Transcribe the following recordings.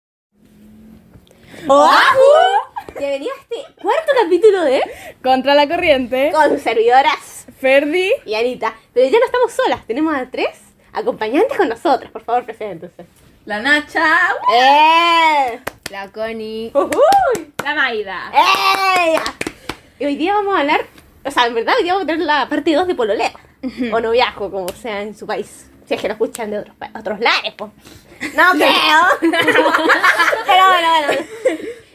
¡Oahu! Bienvenido a este cuarto capítulo de Contra la corriente. Con servidoras Ferdi. y Anita. Pero ya no estamos solas, tenemos a tres acompañantes con nosotros. Por favor, preséntense. La Nacha. ¡Eh! La Connie. La Maida. ¡Eh! Y hoy día vamos a hablar, o sea, en verdad hoy día vamos a tener la parte 2 de pololeo. o noviazgo, como sea en su país. Si es que lo escuchan de otros, pa- otros lares, pues. No creo. Pero bueno, bueno.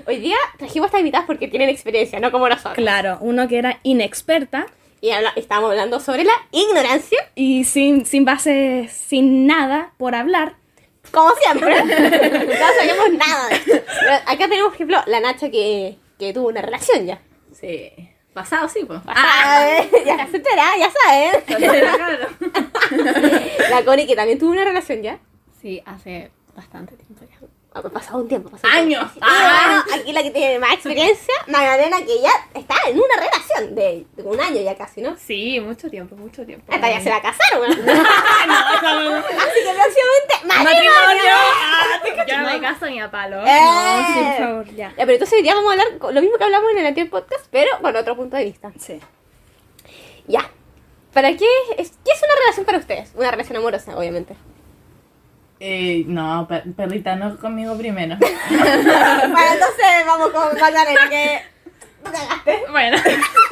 Hoy día trajimos a estas invitadas porque tienen experiencia, no como nosotros. Claro, uno que era inexperta Y habla- estábamos hablando sobre la ignorancia, y sin, sin base, sin nada por hablar. como siempre. no sabíamos nada de esto. Pero Acá tenemos, por ejemplo, la Nacha que, que tuvo una relación ya. Sí. Pasado, sí, pues. Ah, ya se enterá, ya sabes. La Connie que también tuvo una relación ya. Sí, hace bastante tiempo ya. Ha pasado un tiempo. ha pasado un Años. tiempo. Y bueno, aquí la que tiene más experiencia, Magdalena, que ya está en una relación de, de un año ya casi, ¿no? Sí, mucho tiempo, mucho tiempo. Hasta ya se la casaron. Así que próximamente, matrimonio. Ah, ¡Matrimonio! Ah, Yo no me caso ni a palo. Eh. No, sí, por favor, ya. Ya, pero entonces hoy día vamos a hablar con- lo mismo que hablamos en el anterior podcast, pero con otro punto de vista. Sí. Ya. ¿Para qué es, qué es una relación para ustedes? Una relación amorosa, obviamente. Eh, no, per- perrita, no conmigo primero. bueno, entonces vamos con Magdalena, que... tú cagaste. Bueno,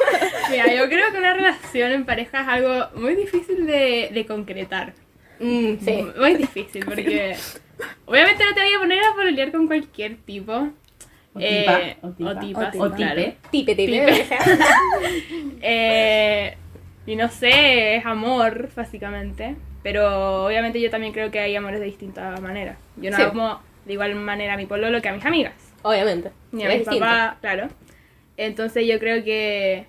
mira, yo creo que una relación en pareja es algo muy difícil de, de concretar. Mm, sí. Muy difícil, porque obviamente no te voy a poner a pololear con cualquier tipo. O Eh, tipa, o tipa. o tipas, O tipa. claro. Tipe, tipe. Tipe. o sea. Eh, y no sé, es amor, básicamente. Pero obviamente yo también creo que hay amores de distintas maneras. Yo no Sí. amo de igual manera a mi pololo que a mis amigas. Obviamente. Ni a Es mis distinto. papás, claro. Entonces yo creo que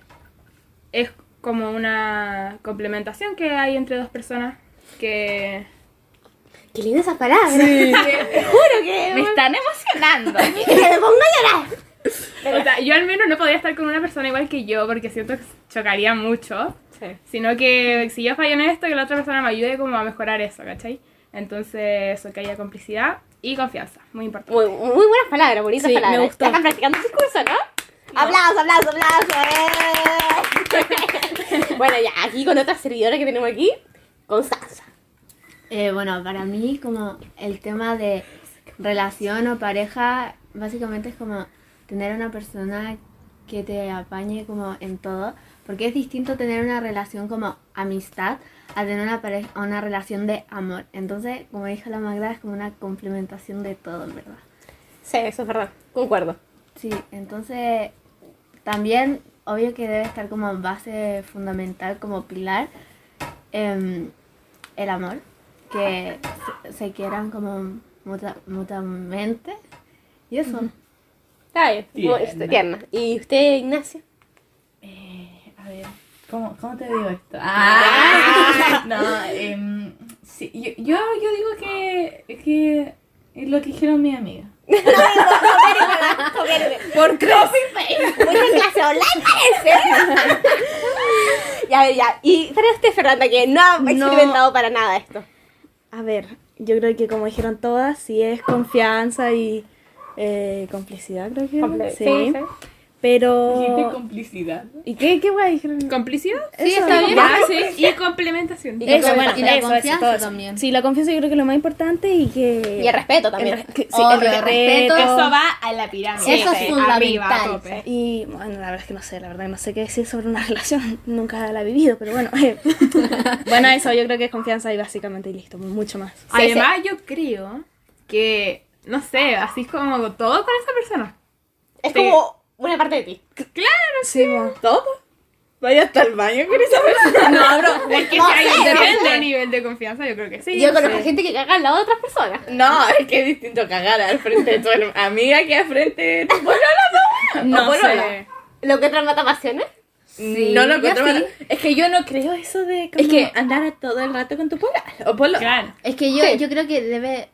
es como una complementación que hay entre dos personas que... Qué linda esa palabra. Te juro que Me están emocionando. que me pongo a llorar. O sea, yo al menos no podría estar con una persona igual que yo porque siento que chocaría mucho. Sino que si yo fallo en esto, que la otra persona me ayude como a mejorar eso, ¿cachai? Entonces, eso que haya complicidad y confianza, muy importante. Muy, muy buenas palabras, bonitas Sí, me palabras. gustó. Están practicando su curso, ¿no? Aplausos, aplausos, aplausos. ¡eh! bueno, ya, aquí con otra servidora que tenemos aquí, Constanza. Eh, bueno, para mí como el tema de relación o pareja básicamente es como tener una persona que te apañe como en todo, porque es distinto tener una relación como amistad a tener una pareja, una relación de amor. Entonces, como dijo la Magda, es como una complementación de todo, en verdad. Sí, eso es verdad, concuerdo. Sí, entonces también obvio que debe estar como base fundamental, como pilar, em, el amor, que se, se quieran como mutua- mutuamente y eso. Está bien, muy- Tierna. este, tierna. ¿Y usted, Ignacio? Eh, a ver, ¿cómo, cómo te digo esto? Ah, no, em, sí, yo, yo, yo digo que, que es lo que dijeron mi amiga. Por copy-paste. Muy de clase online parece. ya, a ver, ya. ¿Y para usted, Fernanda, que no ha experimentado para nada esto? A ver, yo creo que como dijeron todas, sí es confianza y eh, complicidad, creo que. Comple- era. sí, sí. Dijiste Pero... complicidad. ¿Y qué, qué guay dijeron? Oh. ¿Complicidad? Sí, Eso, está está bien. bien. Y complementación. Y- Eso, bueno, Y la eso, eso, confianza todo eso. también. Sí, la confianza yo creo que es lo más importante y que... Y el respeto también. El re- que- sí, Obvio, el el respeto, respeto. Eso va a la Ah, pirámide. Sí, eso es arriba, a fundamental. tope. Y bueno, la verdad es que no sé, la verdad no sé qué decir sobre una relación, nunca la he vivido, pero bueno. eh. bueno, eso yo creo que es confianza y básicamente y listo, mucho más. Además, yo creo que, no sé, así es como todo con esa persona. Es Sí. como una parte de ti. Sí, bueno. ¿Todo? Vaya hasta el baño con esa No, bro, es que no si hay sé, un depende. cierto nivel de confianza, yo creo que sí. Yo no conozco sé. gente que caga al lado de otras personas. No, es que es distinto cagar al frente de tu herma- amiga que al frente de tu polola, no. O No polola. sé. ¿Lo que transmata pasiones? Sí, no lo yo encuentro sí. malo. Es que yo no creo eso de como Es que- andar a todo el rato con tu polola. O polo. Claro. Es que yo, Sí. yo creo que debe,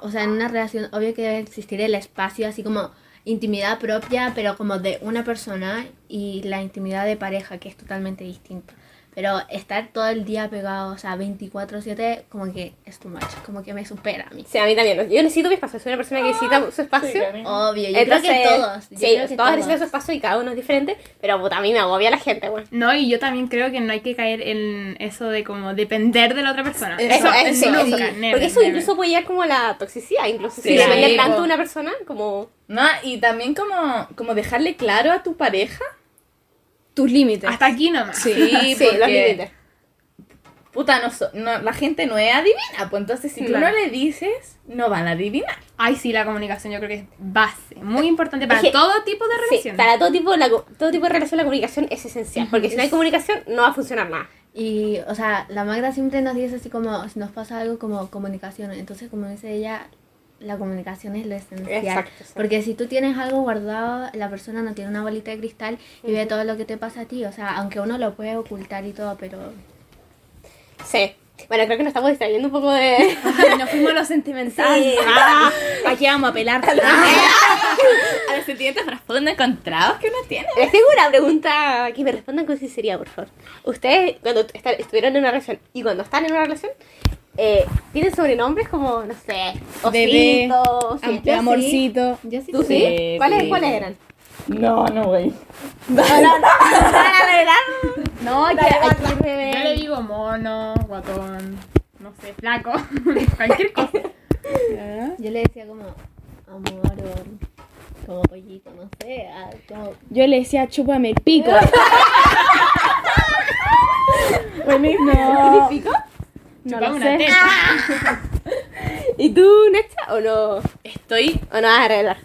o sea, en una relación, obvio que debe existir el espacio, así como intimidad propia, pero como de una persona y la intimidad de pareja, que es totalmente distinta. Pero estar todo el día pegado, o sea, 24-7, como que es too much, como que me supera a mí. Sí, a mí también. Yo necesito mi espacio. Soy una persona que necesita su espacio. Obvio, Ah, yo Entonces, creo que todos. yo sí, creo que todos necesitan su espacio y cada uno es diferente, pero puta, a mí me agobia la gente, güey. No, y yo también creo que no hay que caer en eso de como depender de la otra persona. Eso, eso, nunca, eso. never, Porque eso never. incluso puede llegar como a la toxicidad, incluso si Sí, depende sí, tanto po. de una persona como... No, y también como, como dejarle claro a tu pareja. Tus límites. Hasta aquí nomás. Sí, los límites. Puta, no, so- no- la gente no es adivina, pues entonces si tú Claro. no le dices, no van a adivinar. Ay, sí, la comunicación yo creo que es base, muy importante para Es que- todo tipo de Sí, relación. para todo tipo, la, co- todo tipo de relación la comunicación es esencial, porque si no hay comunicación no va a funcionar nada. Y, o sea, la Magda siempre nos dice así como, si nos pasa algo como comunicación. Entonces, como dice ella, la comunicación es lo esencial. Exacto, sí. Porque si tú tienes algo guardado, la persona no tiene una bolita de cristal y ve todo lo que te pasa a ti. O sea, aunque uno lo puede ocultar y todo, pero... Sí. Bueno, creo que nos estamos distrayendo un poco de... Nos fuimos a lo sentimental. Sí. Ah, aquí vamos a pelar. A los sentimientos profundos encontrados que uno tiene. Les tengo una pregunta que me respondan con sinceridad, por favor. Ustedes, cuando est- estuvieron en una relación y cuando están en una relación, eh, ¿tienen sobrenombres como, no sé, Bebé, ositos? sí, De amorcito. Yo sí ¿Tú sí? Sí, ¿Cuáles, sí. ¿Cuáles eran? No, no voy. No, aquí, aquí Yo bebé. le digo mono, guatón, no sé, flaco, cualquier cosa. Yo le decía como, amor, o como pollito, no sé. ah, como... Yo le decía, chúpame el pico. ¿Eres Buenísimo. pico? No Chupame lo una sé. teta. Ah. ¿Y tú, Nacha? ¿O no? Estoy. ¿O no vas a revelar?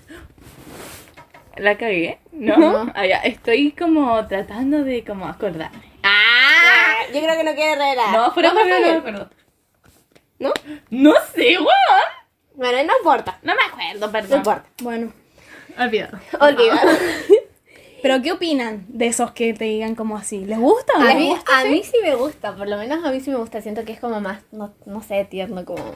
La cagué. No. Ah, ya, Estoy como tratando de como acordarme. ¡Ah! Yo creo que Ah, no quiere revelar. No, fuera pero no, no está me bien. acuerdo. ¿No? No sé, weón. Bueno, no importa. No Ah. me acuerdo, No perdón. importa. Bueno. Olvidado. Olvídalo. ¿Pero qué opinan de esos que te digan como así? ¿Les gusta o A no? mí, a mí sí me gusta, por lo menos a mí sí me gusta. Siento que es como más, no, no sé, tierno, como...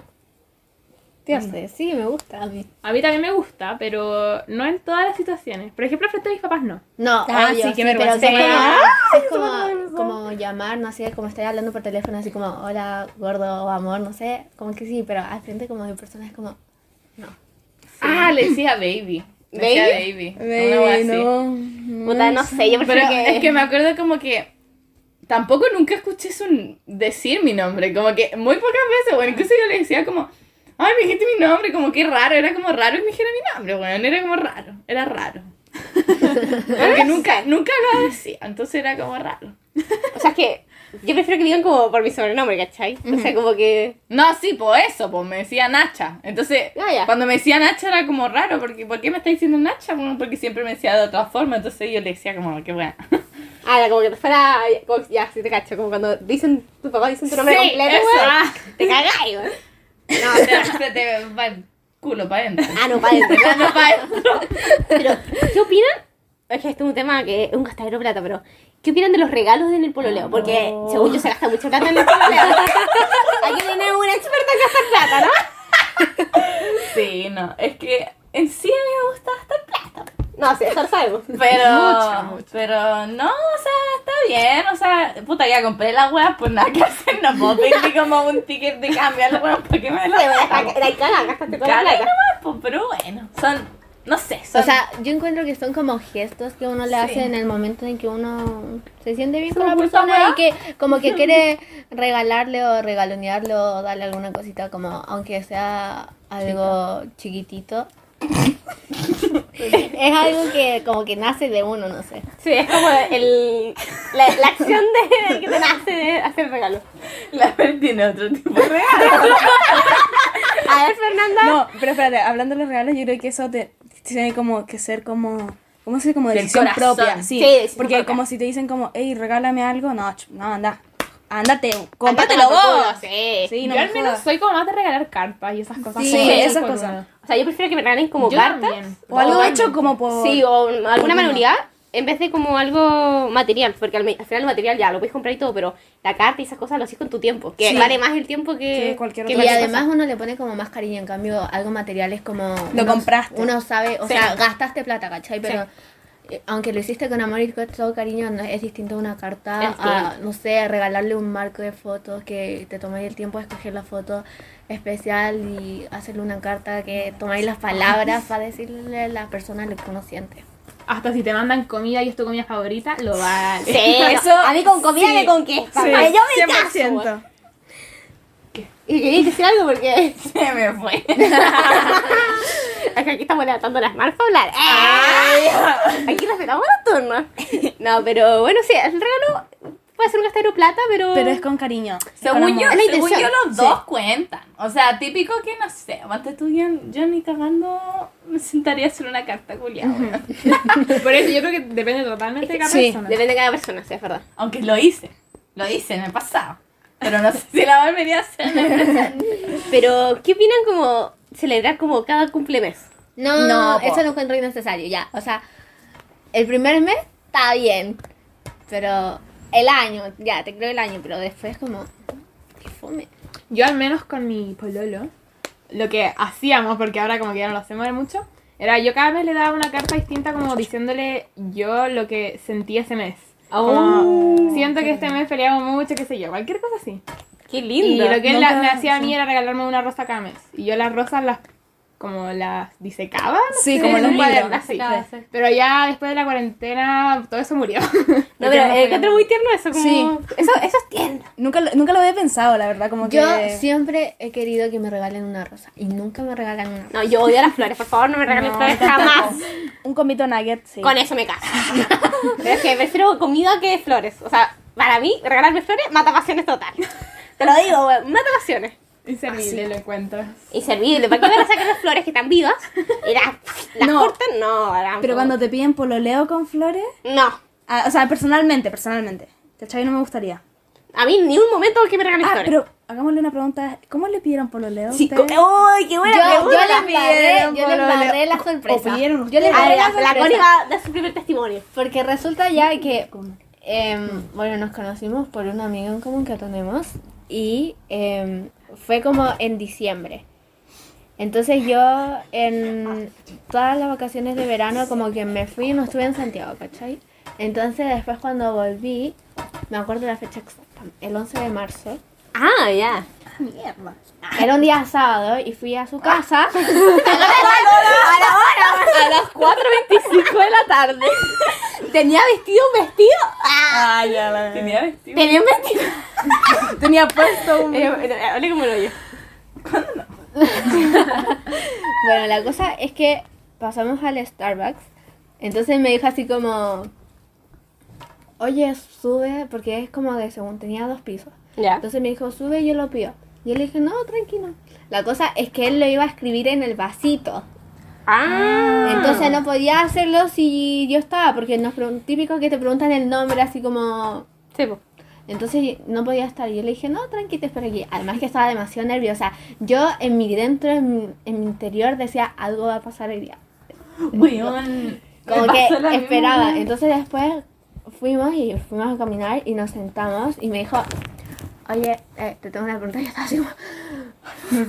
Tierno. Sí, me gusta a mí. A mí también me gusta, pero no en todas las situaciones. Por ejemplo, frente a mis papás no. No, Ah, obvio, sí, qué sí, pero vergüenza. sí es como, Ah, sí es como, como llamar, no sé, como estar hablando por teléfono, así como, hola, gordo o amor, no sé, como que sí, pero al frente como de personas es como, Ah, le decía baby. Le decía baby. Una wea Baby, así. no. Puta, no sé, yo Pero prefiero que... es que me acuerdo como que tampoco nunca escuché su- decir mi nombre, como que muy pocas veces, bueno, incluso yo le decía como, ay, me dijiste mi nombre, como que raro, era como raro que me dijera mi nombre, bueno, era como raro, era raro. Porque nunca, nunca lo decía, entonces era como raro. O sea, es que yo prefiero que digan como por mi sobrenombre, ¿cachai? O sea, como que... No, sí, por eso, pues me decía Nacha. Entonces, Ah, ya. cuando me decía Nacha era como raro, porque ¿por qué me está diciendo Nacha? Bueno, porque siempre me decía de otra forma, entonces yo le decía como, qué bueno. Ah, ya, como que te fuera... como- ya, sí te cacho. Como cuando dicen... Tus papás dicen tu nombre Sí, completo, eso. güey. Te cagáis, güey. No, te, te, te va el culo para adentro. Ah, no, padre. Ah, no, pa' adentro. ¿Qué opinan? Es que este es un tema que es un gastadero de plata, pero... ¿Qué opinan de los regalos en el pololeo? Porque según yo se gasta mucha plata en el pololeo. Aquí tiene una experta en gastar plata, ¿no? Sí, no, es que en sí a mí me gusta gastar plata. No, sí, eso lo sabemos. Pero, pero no, o sea, está bien, o sea, puta, ya compré la wea, pues nada que hacer, no puedo pedirle como un ticket de cambio a la wea porque me lo Te voy a gastar- Era cara, gastaste toda la Cale plata. nomás, pues, pero bueno, son, no sé, son... o sea, yo encuentro que son como gestos que uno le hace en el momento en que uno se siente bien con la Como puta weá. persona y que como que quiere regalarle o regalonearle o darle alguna cosita como, aunque sea algo chiquitito. es algo que como que nace de uno, no sé. Sí, es como el, la, la acción de, que te nace de hacer regalo. la Fer tiene otro tipo de regalo. A ver, Fernanda. No, pero espérate, hablando de los regalos, yo creo que eso te, tiene como que ser como. ¿Cómo se dice? Como Del decisión corazón. propia. Sí, Sí, decisión porque propia. como si te dicen como, hey, regálame algo, no, ch- no, anda. Ándate, Andate cómpratelo con tu vos. culo, Sí. Sí, no yo me al menos jodas. soy como más de regalar cartas y esas cosas. Sí, Soy esas muy cosas. colgada. O sea, yo prefiero que me regalen como Yo cartas. también. O algo hecho como por. Sí, o un- alguna Por manualidad en vez de como algo material. Porque al, me- al final el material ya lo puedes comprar y todo, pero la carta y esas cosas lo haces con tu tiempo. Que Sí. vale más el tiempo que, Que cualquier Y otra cosa. además uno le pone como más cariño, en cambio algo material es como... Lo uno- compraste. Uno sabe, o sea, gastaste plata, ¿cachai? Pero eh, aunque lo hiciste con amor y con todo cariño, no, es distinto una carta Es a, distinto. no sé, a regalarle un marco de fotos que te tomáis el tiempo de escoger la foto especial y hacerle una carta que tomáis las palabras para decirle a la persona lo que uno siente. Hasta si te mandan comida y es tu comida favorita, lo vale. Sí, eso. A mí con comida me conquista. Sí, Ay, yo me caso. 100%. weón. Y quería decir algo porque. Se me fue. Es que aquí estamos levantando las manos para hablar. Ah. ¡Eh! Aquí las velamos los turnos. No, pero bueno, sí, el regalo puede ser un gastero plata, pero. Pero es con cariño. Según yo, Es la según yo intención, los sí. dos cuentan. O sea, típico que no sé, antes tú yo, yo ni cagando me sentaría a hacer una carta culiada. weón. Por eso yo creo que depende totalmente de cada Sí, persona. Depende de cada persona, sí, es verdad. Aunque lo hice. Lo hice en el pasado. Pero no sé si la volvería a hacer en el presente. Pero, ¿qué opinan como celebrar como cada cumplemes? No, No, po. eso lo encuentro innecesario, ya. O sea, el primer mes está bien, pero el año, ya, te creo el año, pero después como... qué fome. Yo al menos con mi pololo, lo que hacíamos, porque ahora como que ya no lo hacemos de mucho, era yo cada mes le daba una carta distinta como diciéndole yo lo que sentí ese mes. Como, siento que este mes peleamos mucho, qué sé yo, cualquier cosa así. Qué Y lindo. lo que él Nunca- la- me hacía a mí era regalarme una rosa cada mes. Y yo las rosas las como las disecaba. no Sí, sé, como en los un libros. cuaderno, así. Disecaba, Sí. Pero ya después de la cuarentena todo eso murió. No, pero Porque eh, nos encuentro muy tierno eso, como. Sí. Eso, eso es tierno. Nunca, lo- nunca lo había pensado, la verdad, como que... Yo siempre he querido que me regalen una rosa y nunca me regalan una rosa. No, yo odio las flores, por favor, no me regalen No, flores tampoco. jamás. Un comito nugget, sí. Con eso me caso. Pero es que prefiero comida que flores. O sea, para mí, regalarme flores mata pasiones total. Te lo digo, weón, mata pasiones. Inservible lo encuentro. Inservible. ¿Para qué me van a sacar las flores que están vivas? Y las, las No. cortan, no. harán Pero como- cuando te piden pololeo con flores... No. ah, o sea, personalmente, personalmente. ¿Cachai? No me gustaría. A mí ni un momento que me regalen Ah, flores. pero hagámosle una pregunta. ¿Cómo le pidieron pololeo a Sí, co- eh, ustedes? ¡Uy, qué buena Yo, yo pregunta! les barré, yo les pololeo. barré la O sorpresa. pidieron Yo les A barré ver, la Ah, la, la sorpresa. Connie va a dar su primer testimonio. Porque resulta ya que, em, bueno, nos conocimos por una amiga en común que tenemos y em, fue como en diciembre. Entonces yo en todas las vacaciones de verano como que me fui y no estuve en Santiago, ¿cachai? Entonces después cuando volví, me acuerdo la fecha exacta, el 11 de marzo. Ah, ya. Mierda. Era un día sábado y fui a su casa. A las 4.25 de la tarde. Tenía vestido un vestido. ¡Ah! Ay, ya la Tenía vestido. Tenía un vestido. Tenía puesto un... Eh, eh, Hablé como lo yo. Bueno, la cosa es que pasamos al Starbucks. Entonces me dijo así como, oye, sube, porque es como de según, tenía dos pisos. Ya. Entonces me dijo, sube y yo lo pido. Yo le dije, no, tranquilo. La cosa es que él lo iba a escribir en el vasito. Ah. Entonces no podía hacerlo si yo estaba, porque nos pregun- típico que te preguntan el nombre así como... Sí, po. Entonces no podía estar. Yo le dije, no, tranqui, te espero aquí. Además que estaba demasiado nerviosa. Yo en mi dentro, en mi, en mi interior, decía, algo va a pasar hoy día. Weón. Como Me que pasó la misma, esperaba. weón. Entonces después fuimos y fuimos a caminar y nos sentamos y me dijo, oye, eh, te tengo una pregunta. Y yo estaba así como,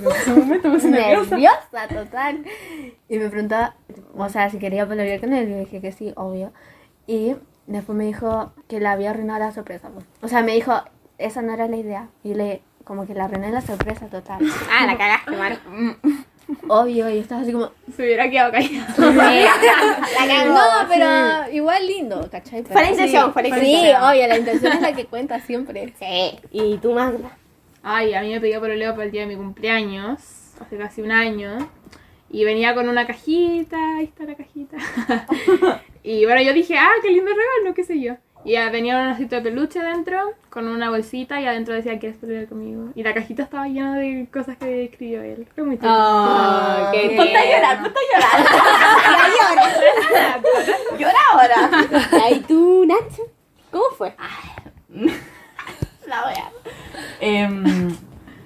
nerviosa. total. Y me preguntaba, o sea, si quería pololear con él. Y le dije que sí, obvio. Y después me dijo que la había arruinado la sorpresa. pues. O sea, me dijo, esa no era la idea. Y le, como que la arruiné la sorpresa total. Ah, la cagaste, mano. Obvio, y estaba así como, Se hubiera quedado callado. la cagó. No, pero igual lindo, ¿cachai? Pero- Fue la intención, fue la Sí, intención. obvio, la intención es la que cuenta siempre. Sí. ¿Y tú, Magda? Ay, a mí me pidió pololeo para el día de mi cumpleaños, hace casi un año. Y venía con una cajita, ahí está la cajita. y bueno, yo dije, ah, qué lindo regalo, qué sé yo. Y ya venía un osito de peluche dentro, con una bolsita, y adentro decía, ¿quieres pololear conmigo? Y la cajita estaba llena de cosas que escribió él. Fue muy tierno. Oh, qué Ponte a llorar, ponte a llorar. Llora ahora. ¿Y tú, Nacho? ¿Cómo fue? La wea. Em,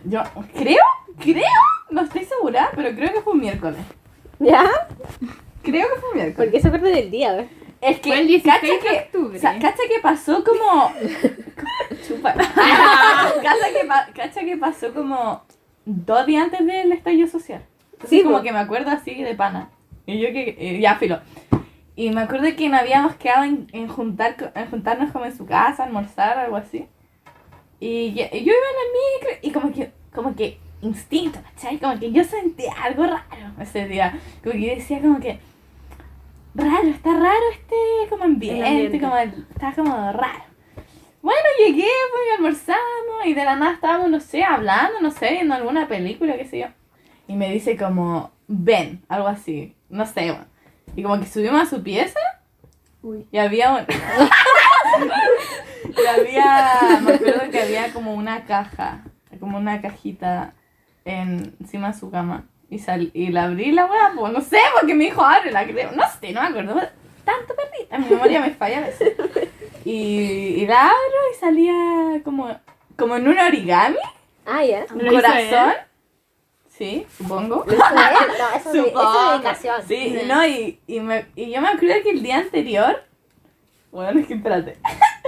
yo creo, creo, no estoy segura, pero creo que fue un miércoles. ¿Ya? Creo que fue un miércoles. Porque se acuerda del día, ¿ves? Es que, Fue el 16 cacha de que- octubre. o sea, cacha que pasó como. Chupa. Ah. cacha, que, pa- cacha que pasó como dos días antes del estallido social. Entonces, Sí, como po. que me acuerdo así de pana. Y yo que. eh, ya, filo. Y me acuerdo que no habíamos quedado en, en juntar, co- en juntarnos como en su casa, almorzar o algo así. Y yo, y yo iba en la micro y como que, como que instinto, ¿cachai? Como que yo sentía algo raro ese día. Como que yo decía como que, raro, está raro este como ambiente, ambiente. como el- está como raro. Bueno, llegué, pues y almorzamos y de la nada estábamos, no sé, hablando, no sé, viendo alguna película, qué sé yo. Y me dice como, ven, algo así, no sé, bueno. Y como que subimos a su pieza. Y había un... y había... Me acuerdo que había como una caja. Como una cajita en- encima de su cama. Y, sal, y la abrí la weá, pues no sé, porque me dijo ábrela, creo. No sé, no me acuerdo. Tanto perdí. Mi memoria me falla a veces. Y, y la abro y salía como, como en un origami. Ah, ya. Un ¿Lo hizo corazón. él? Sí, supongo. Lo hizo él. No, eso, es de- eso Supongo. es dedicación. Sí, no, y, y, me- y yo me acuerdo que el día anterior. Bueno, es que espérate.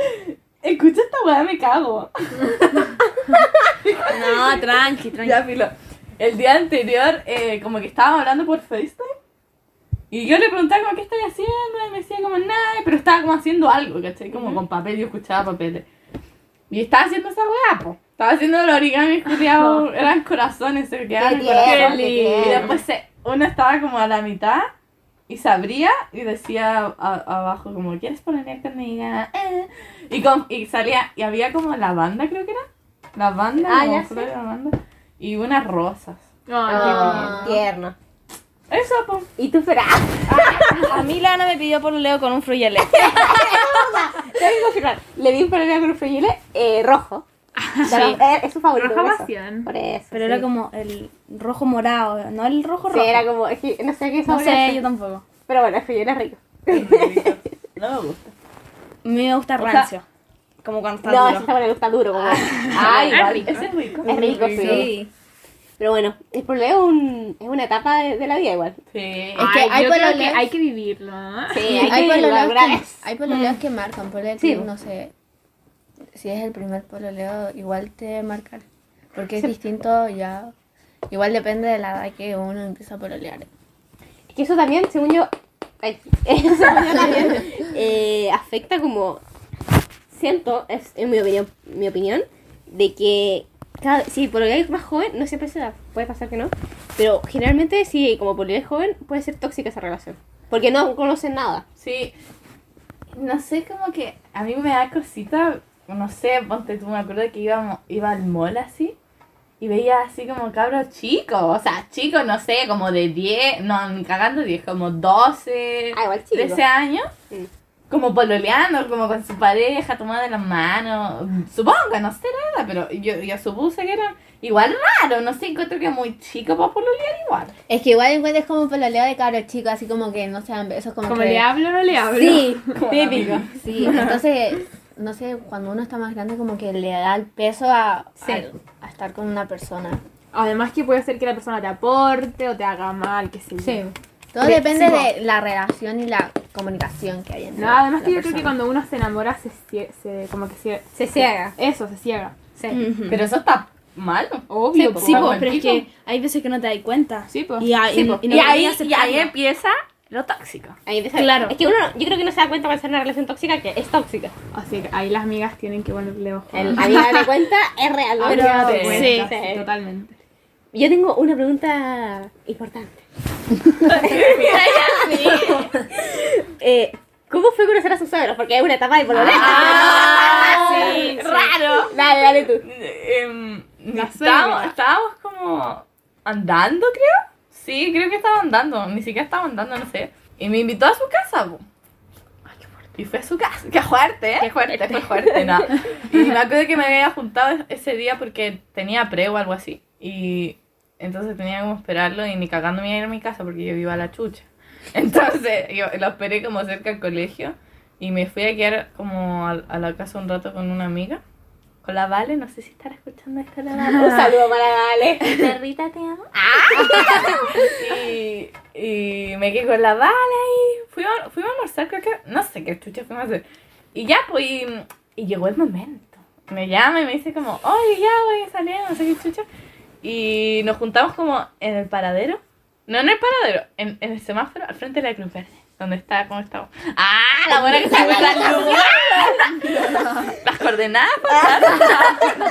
Escucha esta weá, me cago. No, tranqui, tranqui. Ya, filo. El día anterior, eh, como que estábamos hablando por FaceTime. Y yo le preguntaba, como, ¿qué estoy haciendo? Y me decía, como, nada. Pero estaba como haciendo algo, ¿cachai? Como con papel, yo escuchaba papeles. Y estaba haciendo esa weá, po. Estaba haciendo el origami, culiao, eran corazones, se Qué quedaban en tierno, corazones. qué Y tierno. después se- uno estaba como a la mitad y se abría y decía a- abajo como, ¿quieres poner internet? Eh. Y, con- y salía, y había como lavanda creo que era. Lavanda, Ah, como ya flor de lavanda. Y unas rosas. Ah, tierno. Eso, pues. ¿Y tú, Fran? A mí Lana me pidió por un leo con un frullele. Te voy a confirmar. Le di un problema con un frigile eh, rojo. Eh, Es su favorito. Rojo por eso. pasión. Por eso. Pero sí. era como el rojo morado, no el rojo Sí, rojo. era como. es que No sé qué No sabor sé, era. yo tampoco. Pero bueno, el frigile es rico. No me gusta. A mí me gusta sea, rancio. como cuando está No, ese duro. sabor le gusta duro. Como... Ah, Ay, es igual, rico. ese es rico. Es rico, sí. Pero bueno, el problema es, un- es una etapa de, de la vida igual. Sí. Es que Ay, hay yo creo que pololeos. hay que vivirlo. ¿ah? ¿no? Sí, que Hay vivirlo pololeos alguna que, vez. hay pololeos que marcan, por Sí. no sé si es el primer pololeo, igual te debe marcar. Porque es distinto ya. Igual depende de la edad que uno empieza a pololear. Es que eso también, según yo, ay, eso según yo también eh, afecta como, siento, es en mi opinión, mi opinión de que cada, si por lo que es más joven, no siempre se da, puede pasar que no, pero generalmente si como por lo que es joven puede ser tóxica esa relación, porque no conocen nada. Sí. No sé, como que a mí me da cosita, no sé, ponte tú, me acuerdo que íbamos, iba al mall así y veía así como cabros chicos, o sea, chicos, no sé, como de 10, no, ni cagando 10, como 12, Ah, igual chico. Mm. 13 años, Sí. como pololeando, como con su pareja, tomada de la mano, supongo, no sé nada, pero yo, yo supuse que era igual raro, no sé, encuentro que muy chico para pololear igual. Es que igual encuentras como un pololeo de cabros chicos, así como que no se dan besos, como, Como que... le hablo, no le hablo. Sí, Típico. sí. Entonces, no sé, cuando uno está más grande como que le da el peso a, a, a estar con una persona. Además que puede ser que la persona te aporte o te haga mal, que sé yo. Todo Sí, depende sí, de la relación y la comunicación que hay entre No, además la que yo creo que persona. cuando uno se enamora se, cie- se como que se, Se ciega. Eso, se ciega. Mm. Pero eso está mal, Obvio, po. Sí, po, Como pero es el pico. que hay veces que no te das cuenta. Sí, po. Y, ahí- Sí, po. y no y, querías ahí, y aceptarlo. ahí empieza lo tóxico. Ahí empieza- Claro. Es que uno, yo creo que uno se da cuenta cuando es una relación tóxica que es tóxica. Así que ahí las amigas tienen que ponerle ojo. Ah, El, a mí darme cuenta es real. ¿no? Ahora Pero- te cuentas, sí. totalmente. Yo tengo una pregunta importante. Eh, ¿Cómo fue conocer a sus suegros? Porque es una etapa de pololeo. Ah, sí, raro. Dale, dale tú. Em, La estábamos, suegra. estábamos como andando, creo. Sí, creo que estaba andando. Ni siquiera estaba andando, no sé. Y me invitó a su casa. po. Y fue a su casa. Qué fuerte, ¿eh? Qué fuerte, fue fuerte, no. Y me acuerdo que me había juntado ese día porque tenía pre o algo así. Y entonces tenía como esperarlo y ni cagando me iba a ir a mi casa porque yo vivo a la chucha. Entonces yo lo esperé como cerca al colegio y me fui a quedar como a, a la casa un rato con una amiga. Con la Vale, no sé si estará escuchando esto la Vale. Un saludo para Dale. Perrita, te amo. y, y me quedé con la bala y fuimos, fuimos a almorzar, creo que, no sé qué chucha fuimos a hacer. Y ya, pues, y, y llegó el momento. Me llama y me dice como, oye, ya voy a salir, no sé qué chucha. Y nos juntamos como en el paradero. No en el paradero, en, en el semáforo, al frente de la Cruz Verde. ¿Dónde está? ¿Cómo estamos? ¡Ah! La buena que se fue la Las coordenadas, pues. por favor.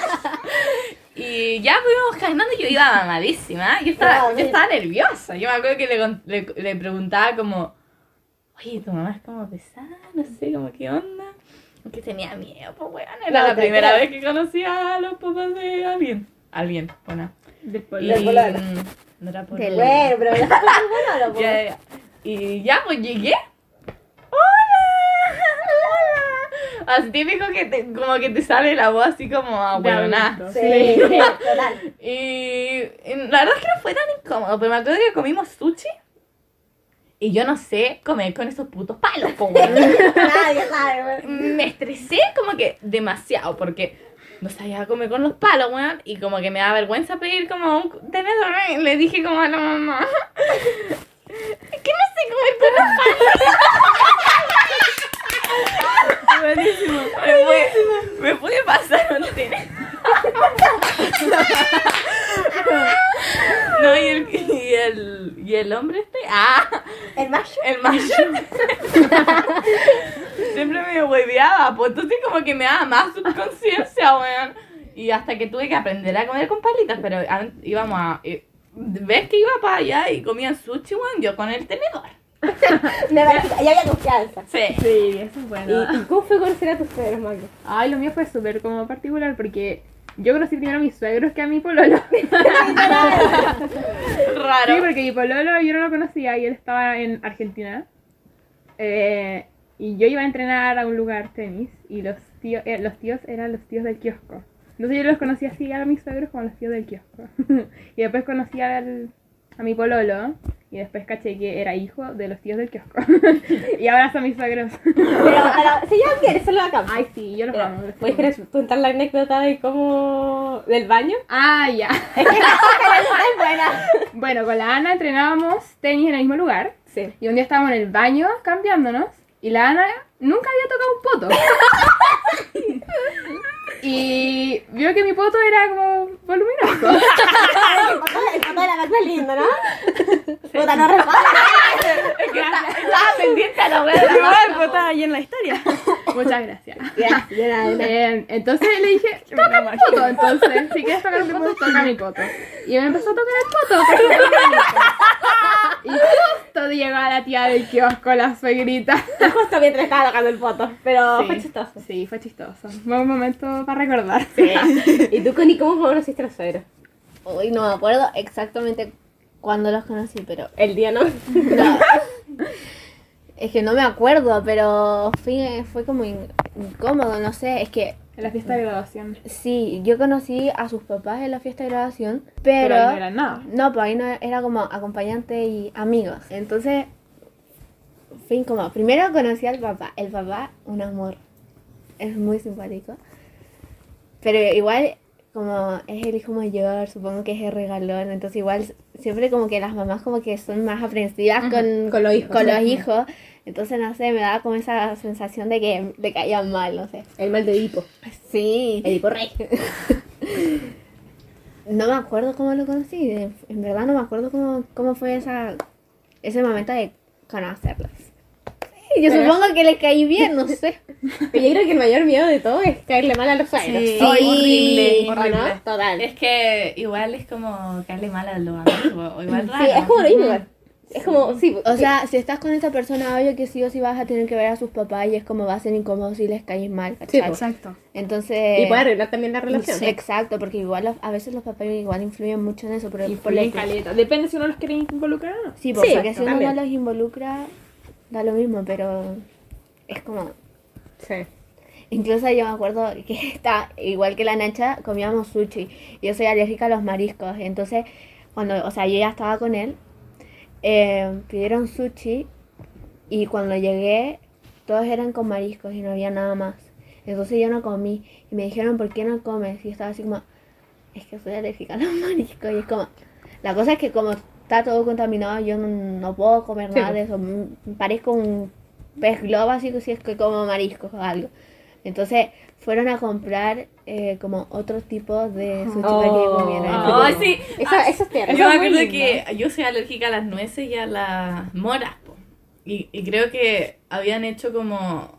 Y ya fuimos caminando y yo iba mamadísima. Yo estaba, yo estaba nerviosa. Yo me acuerdo que le, con- le, le preguntaba como... Oye, tu mamá es como pesada, no sé, como qué onda. Porque tenía miedo, pues weón. Era la primera vez que conocía a los papás de alguien. Alguien, bueno. Del Y, polo. pololo. mm, no era pololo. Bueno, pero me la bueno, Ya, ya, ya. Y ya, pues llegué. ¡Hola! ¡Hola! Así típico que te, como que te sale la voz así como a De hueoná. adulto. Sí, total. Y, y la verdad es que no fue tan incómodo, pero me acuerdo que comimos sushi. Y yo no sé comer con esos putos palos, po, weón. Nadie sabe, bueno. Me estresé como que demasiado, porque no sabía comer con los palos, weón. Y como que me daba vergüenza pedir como un tenedor. Y le dije como a la mamá. Es que no sé comer con los palos. Buenísimo. Me puede, me puede pasar un tenedor. No, y el, y el, y el hombre este, ah, El macho. el macho. Siempre me hueveaba, pues entonces como que me daba más subconsciencia, weón. Y hasta que tuve que aprender a comer con palitas, pero an- íbamos a... eh, ¿Ves que iba para allá y comía sushi, weón? Yo con el tenedor. Me parecía- Ya había confianza. Sí. Sí, eso es ¿Y, bueno. ¿Y cómo fue conocer a tus suegros, Magno? Ay, lo mío fue súper como particular porque yo conocí primero a mis suegros que a mi pololo. Raro. Sí, porque mi pololo yo no lo conocía y él estaba en Argentina. Eh, y yo iba a entrenar a un lugar tenis y los, tío- eh, los tíos eran los tíos del kiosco. Entonces yo los conocí así a mis suegros como los tíos del kiosco. y después conocí al- a mi pololo y después caché que era hijo de los tíos del kiosco. y ahora son mis suegros. Eh, Pero, pero, se llaman bien, eso es lo acá. Ay, sí, yo los amo. los ¿Puedes amo. querer contar la anécdota de cómo. del baño? Ah, ya. Es que la anécdota es buena. Bueno, con la Ana entrenábamos tenis en el mismo lugar. Sí. Y un día estábamos en el baño cambiándonos y la Ana nunca había tocado un poto. y vio que mi poto era como voluminoso. El papá, el papá de la Magda es lindo, ¿no? Puta, no responde. Es que está- estaba pendiente a la wea de la mamá. está ahí en la historia. Muchas gracias. Ya, ya, ya. Eh, entonces le dije, toca mi poto. Entonces, si quieres tocar mi poto, toca mi poto. Y me empezó a tocar el poto. Y justo llegó la tía del kiosco, la suegrita. Justo mientras estaba tocando el foto, pero fue chistoso. Sí, fue chistoso. Fue un momento para recordar. ¿Y tú, Connie, cómo conociste a los suegros? Uy, no me acuerdo exactamente cuándo los conocí, pero El día, ¿no? No. Es que no me acuerdo, pero fue, fue como in- incómodo, no sé. Es que En la fiesta de graduación. sí, yo conocí a sus papás en la fiesta de graduación, Pero, pero. ahí no era nada. No, pues ahí no era como acompañante y amigos. Entonces, fue incómodo. Primero conocí al papá. El papá, un amor. Es muy simpático. Pero igual, como es el hijo mayor, supongo que es el regalón. Entonces, igual, siempre como que las mamás como que son más aprensivas con, Con los hijos. con los hijos. Entonces, no sé, me daba como esa sensación de que le caían mal, no sé. El mal de Edipo. Sí. Edipo Rey. No me acuerdo cómo lo conocí, de- en verdad no me acuerdo cómo, cómo fue esa, ese momento de conocerlos. Sí, yo supongo que les caí bien, no sé. Pero yo creo que el mayor miedo de todo es caerle mal a los suegros. Sí. Ay, Horrible, ¿o horrible. no? Total. Es que igual es como caerle mal a los amigos, o igual raro. Sí, es como lo mismo. igual. Es como, sí. O sea, si estás con esta persona, obvio que sí o sí vas a tener que ver a sus papás y es como va a ser incómodo si les caís mal, Sí, ¿cachai? pues. Exacto. Entonces... y puede arruinar también la relación. sí, Exacto, porque igual los- a veces los papás igual influyen mucho en eso, pero por la- Influyen caleta. Depende si uno los quiere involucrar o no. Sí, pues, Sí, porque si uno no también. los involucra, da lo mismo, pero es como... Sí. Incluso yo me acuerdo que está igual que la Nacha, comíamos sushi. Yo soy alérgica a los mariscos, entonces cuando, o sea, yo ya estaba con él, eh, pidieron sushi y cuando llegué todos eran con mariscos y no había nada más. Entonces yo no comí y me dijeron, ¿por qué no comes? Y yo estaba así como, es que soy alérgica a los mariscos y es como, la cosa es que como está todo contaminado, yo no, no puedo comer Sí, nada pues. de eso. Mm, Parezco un pez globo así que si es que como mariscos o algo. Entonces fueron a comprar eh, como otro tipo de sushi para que Oh. comieran. Oh, Ay, sí. Eso, eso es tierno. Yo me Eso es muy acuerdo lindo. que yo soy alérgica a las nueces y a las moras. po. y, y creo que habían hecho como,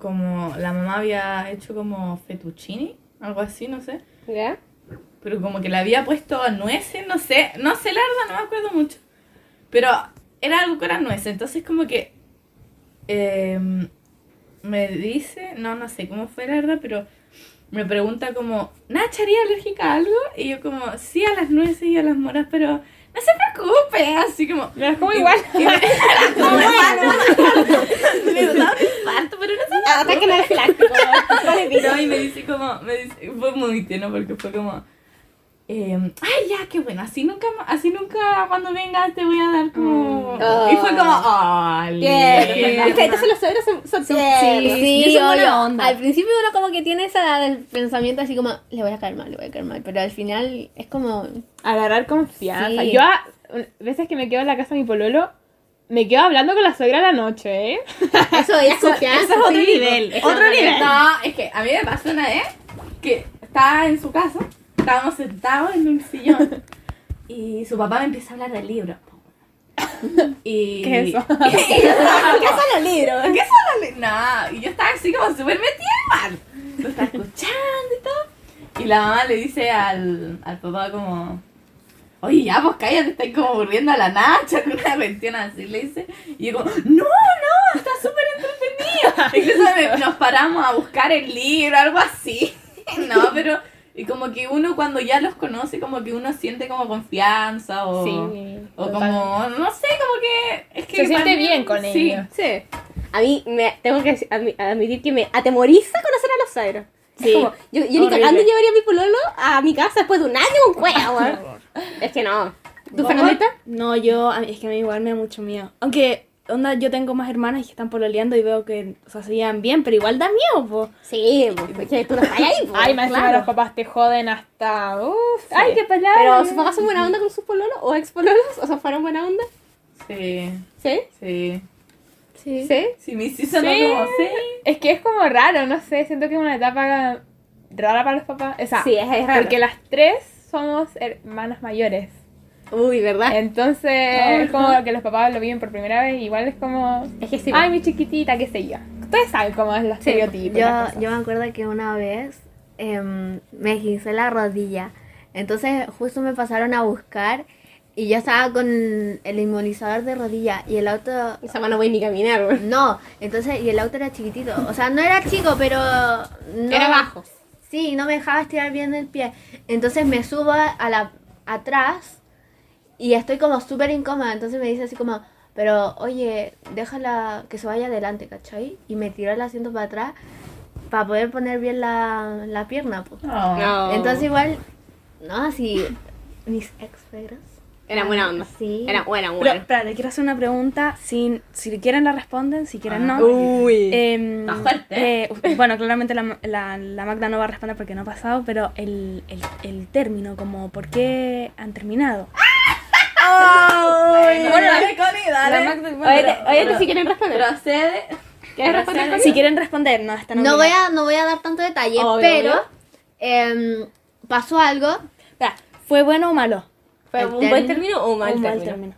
como, la mamá había hecho como fettuccini, algo así, no sé. ¿Ya? Pero como que le había puesto nueces, no sé, no sé, la verdad, no me acuerdo mucho. Pero era algo que era nueces, entonces como que em, me dice, no, no sé cómo fue la verdad, pero me pregunta como, ¿Nacha haría alérgica a algo? Y yo como, sí, a las nueces y a las moras, pero no se preocupe, así como... Me las como igual. Me da un infarto, pero no se Ataque en el plástico. no, y me dice como, me dice, fue muy tierno porque fue como, eh, ay ya, qué bueno, así nunca, ma- así nunca cuando vengas te voy a dar como... Oh. Y fue como, "Ah, ay, Eh, Bien. Es que Entonces los suegros son, son tiernos. Sí, yo soy obvio. buena onda. Al principio uno como que tiene esa el pensamiento así como, le voy a caer mal, le voy a caer mal. Pero al final es como, Agarrar confianza. Sí. Yo, a veces que me quedo en la casa de mi pololo, me quedo hablando con la suegra a la noche, ¿eh? Eso ya es confianza. Eso es otro sí. nivel. Es Otro otra nivel. cosa. No, es que a mí me pasó una vez que estaba en su casa, estábamos sentados en un sillón y su papá me empieza a hablar del libro. Y, ¿Qué es eso? y yo estaba ¿Qué son los libros? ¿Qué son los li- No, y yo estaba así como súper metida en el mar. Lo estaba escuchando y todo. Y la mamá le dice al, al papá como... Oye, ya, pues cállate, estáis como aburriendo a la Nacha con una cuestión así, le dice. Y yo como, no, no, está súper entretenido. Incluso me- nos paramos a buscar el libro, algo así. No, pero... Y como que uno cuando ya los conoce, como que uno siente como confianza o... O como, no sé, como que... Es que Se siente para mí- bien con sí, ellos. Sí. A mí me tengo que admi- admitir que me atemoriza conocer a los suegros. Es Sí. como, yo, yo ni Horrible. cagando llevaría a mi pololo a mi casa después de un año con cueva, weón. Es que no. ¿Tú, Fernandita? No, yo, a mí- es que a mí igual me da mucho miedo. Aunque, onda, yo tengo más hermanas que están pololeando y veo que, o sea, se llevan bien, pero igual da miedo, po. Sí, pues, porque tú no estás ahí, pues, Ay, más encima claro. los papás te joden hasta. Uf, Ay, qué palabra. Pero sus papás son buena onda con sus pololos o ex pololos, o sea, fueron buena onda. Sí, ¿Sí? sí. Sí. Sí, mis sí sonó Sí. como sí. Es que es como raro, no sé. Siento que es una etapa rara para los papás. O sea, Sí, es, es raro. porque las tres somos hermanas mayores. Uy, Ah. ¿verdad? Eh, Entonces, es como que los papás lo viven por primera vez. Igual es como. Es que sí. pues. Ay, mi chiquitita, qué sé yo. Ustedes saben cómo es los yo, estereotipos. las cosas. yo me acuerdo que una vez em, me guisé la rodilla. Entonces justo me pasaron a buscar y yo estaba con el inmunizador de rodilla y el auto... Esa mano voy ni caminar, weón. No, entonces, y el auto era chiquitito. O sea, no era chico, pero... no- Era bajo. Sí, no me dejaba estirar bien el pie. Entonces me subo a la atrás y estoy como súper incómoda. Entonces me dice así como, pero oye, déjala que se vaya adelante, ¿cachai? Y me tiró el asiento para atrás para poder poner bien la, la pierna. po. No. Entonces igual, no, así, mis ex suegras. Era buena onda. Sí. Era buena, Pero, buena. espera, le quiero hacer una pregunta. Si, si quieren la responden, si quieren Ah. no. Uy. Em, Está fuerte, eh, bueno, claramente la, la- la Magda no va a responder porque no ha pasado, pero el, el, el término, como por qué han terminado. Bueno, dale, Connie, La dale. Magda- bueno, Oye, pero- te- oye, te si quieren responder. Procede. ¿Quieres responder procede. con Si quieren responder, no, están No voy, obligadas. a, no voy a dar tanto detalle, Obvio, pero obvio. em, pasó algo. Espera, ¿fue bueno o malo? ¿Fue el un buen término. término o un mal O término? término.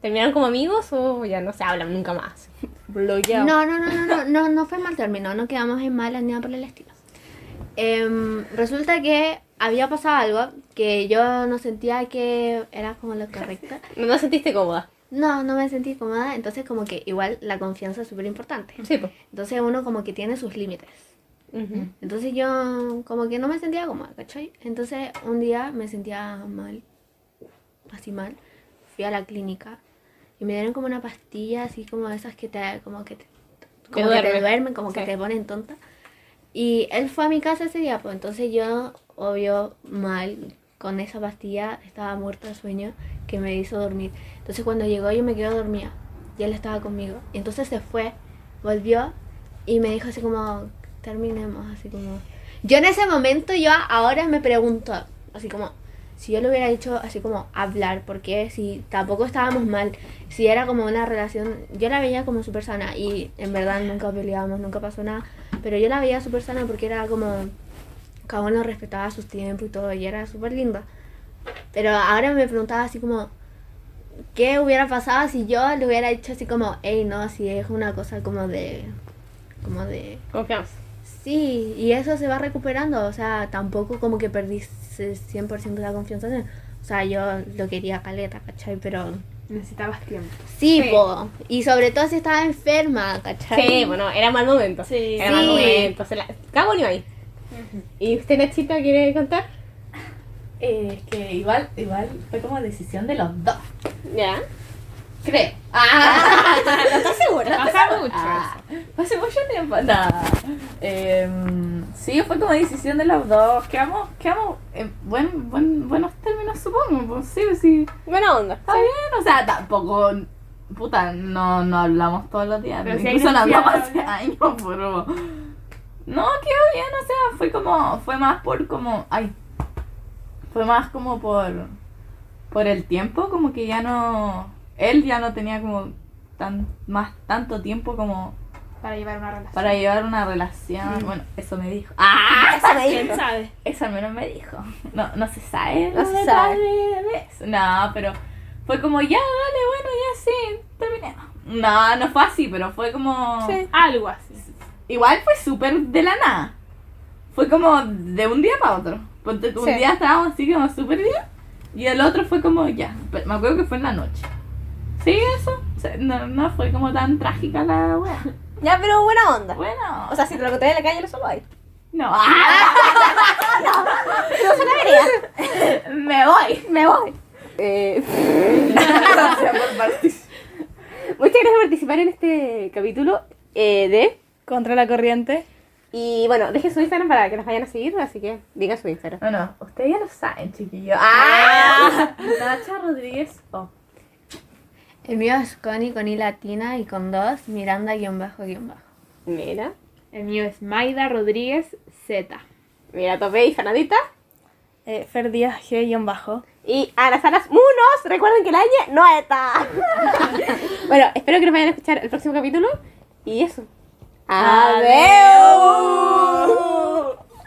¿Terminaron como amigos o ya no se hablan nunca más? Bloqueado. No, no, no, no, no, no, no fue mal término, no quedamos en malas ni nada por el estilo. Em, resulta que había pasado algo que yo no sentía que era como lo correcto. ¿No te sentiste cómoda? No, no me sentí cómoda, entonces como que igual la confianza es súper importante. Sí, pues. Entonces uno como que tiene sus límites. Entonces yo como que no me sentía cómoda, ¿cachai? Entonces un día me sentía mal, así mal. Fui a la clínica y me dieron como una pastilla así como esas que te como que te, como que duerme. te duermen, como que Sí. te ponen tonta. Y él fue a mi casa ese día, pues entonces yo obvio mal con esa pastilla estaba muerta de sueño que me hizo dormir. Entonces cuando llegó yo me quedé dormida y él estaba conmigo. Y entonces se fue, volvió y me dijo así como, terminemos, así como... Yo en ese momento, yo ahora me pregunto, así como, si yo lo hubiera hecho así como hablar, porque si tampoco estábamos mal, si era como una relación, yo la veía como súper sana y en verdad nunca peleábamos, nunca pasó nada, pero yo la veía súper sana porque era como, cada uno respetaba sus tiempos y todo, y era súper linda. Pero ahora me preguntaba así como, ¿Qué hubiera pasado si yo le hubiera dicho así como, hey, no, si es una cosa como de... Como de... Confianza. Sí, y eso se va recuperando, o sea, tampoco como que perdí c- 100% la confianza. en él. O sea, yo lo quería caleta, ¿cachai? Pero... Necesitabas tiempo. Sí, Sí. po. Y sobre todo si estaba enferma, ¿cachai? Sí, bueno, era mal momento. Sí. Era mal Sí. momento. Se la... Cago ni ahí. ¿Y usted, Nachita, quiere contar? Eh, es que igual, igual fue como decisión de los dos. Ya. Ah. Creo. ¿Estás segura? Pasa mucho Fue hace mucho tiempo. Nada. Em, sí, fue como decisión de los dos. Quedamos, quedamos en buen, buen, buenos términos, supongo. pues, Sí, sí. Buena onda. Está bien, o sea, tampoco. Puta, no, no hablamos todos los días. Pero si hay incluso no necesidad hablamos de hace años, pero. No, quedó bien, o sea, fue como. Fue más por como. Ay. Fue más como por. Por el tiempo, como que ya no. Él ya no tenía como. Tan, más tanto tiempo como para llevar una relación. para llevar una relación. Bueno, eso me dijo. ¡Ah! Mm. Eso me ¿Quién dijo. sabe? Eso al menos me dijo. No, no se sabe. No los se detalles de eso. No, pero fue como, ya, dale, bueno, ya sí, terminemos. No, no fue así, pero fue como... Algo así. Igual fue súper de la nada. Fue como de un día para otro. Ponte tú, un Sí. día estábamos así como súper bien y el otro fue como, ya, Pero me acuerdo que fue en la noche. Sí, eso. O sea, no, no fue como tan trágica la wea. Ya, pero buena onda. Bueno. O sea, si te lo conté en la calle, no solo hay. no. ¡Ah! No se la vería. Me voy. Me voy. Eh, muchas gracias por participar en este capítulo eh, de... Contra la corriente. Y bueno, dejen su Instagram para que nos vayan a seguir, así que digan su Instagram. Bueno, ustedes ya lo saben, chiquillos. ¡Ah! Nacha Rodríguez O. El mío es Connie con I latina y con dos, Miranda guión bajo guión bajo. Mira, El mío es Maida Rodríguez Z. mira, Topé y Fernandita. Eh, Fer Díaz G-bajo. Y Ana Salas Munos, recuerden que el año no está. bueno, espero que nos vayan a escuchar el próximo capítulo. Y eso. Adiós.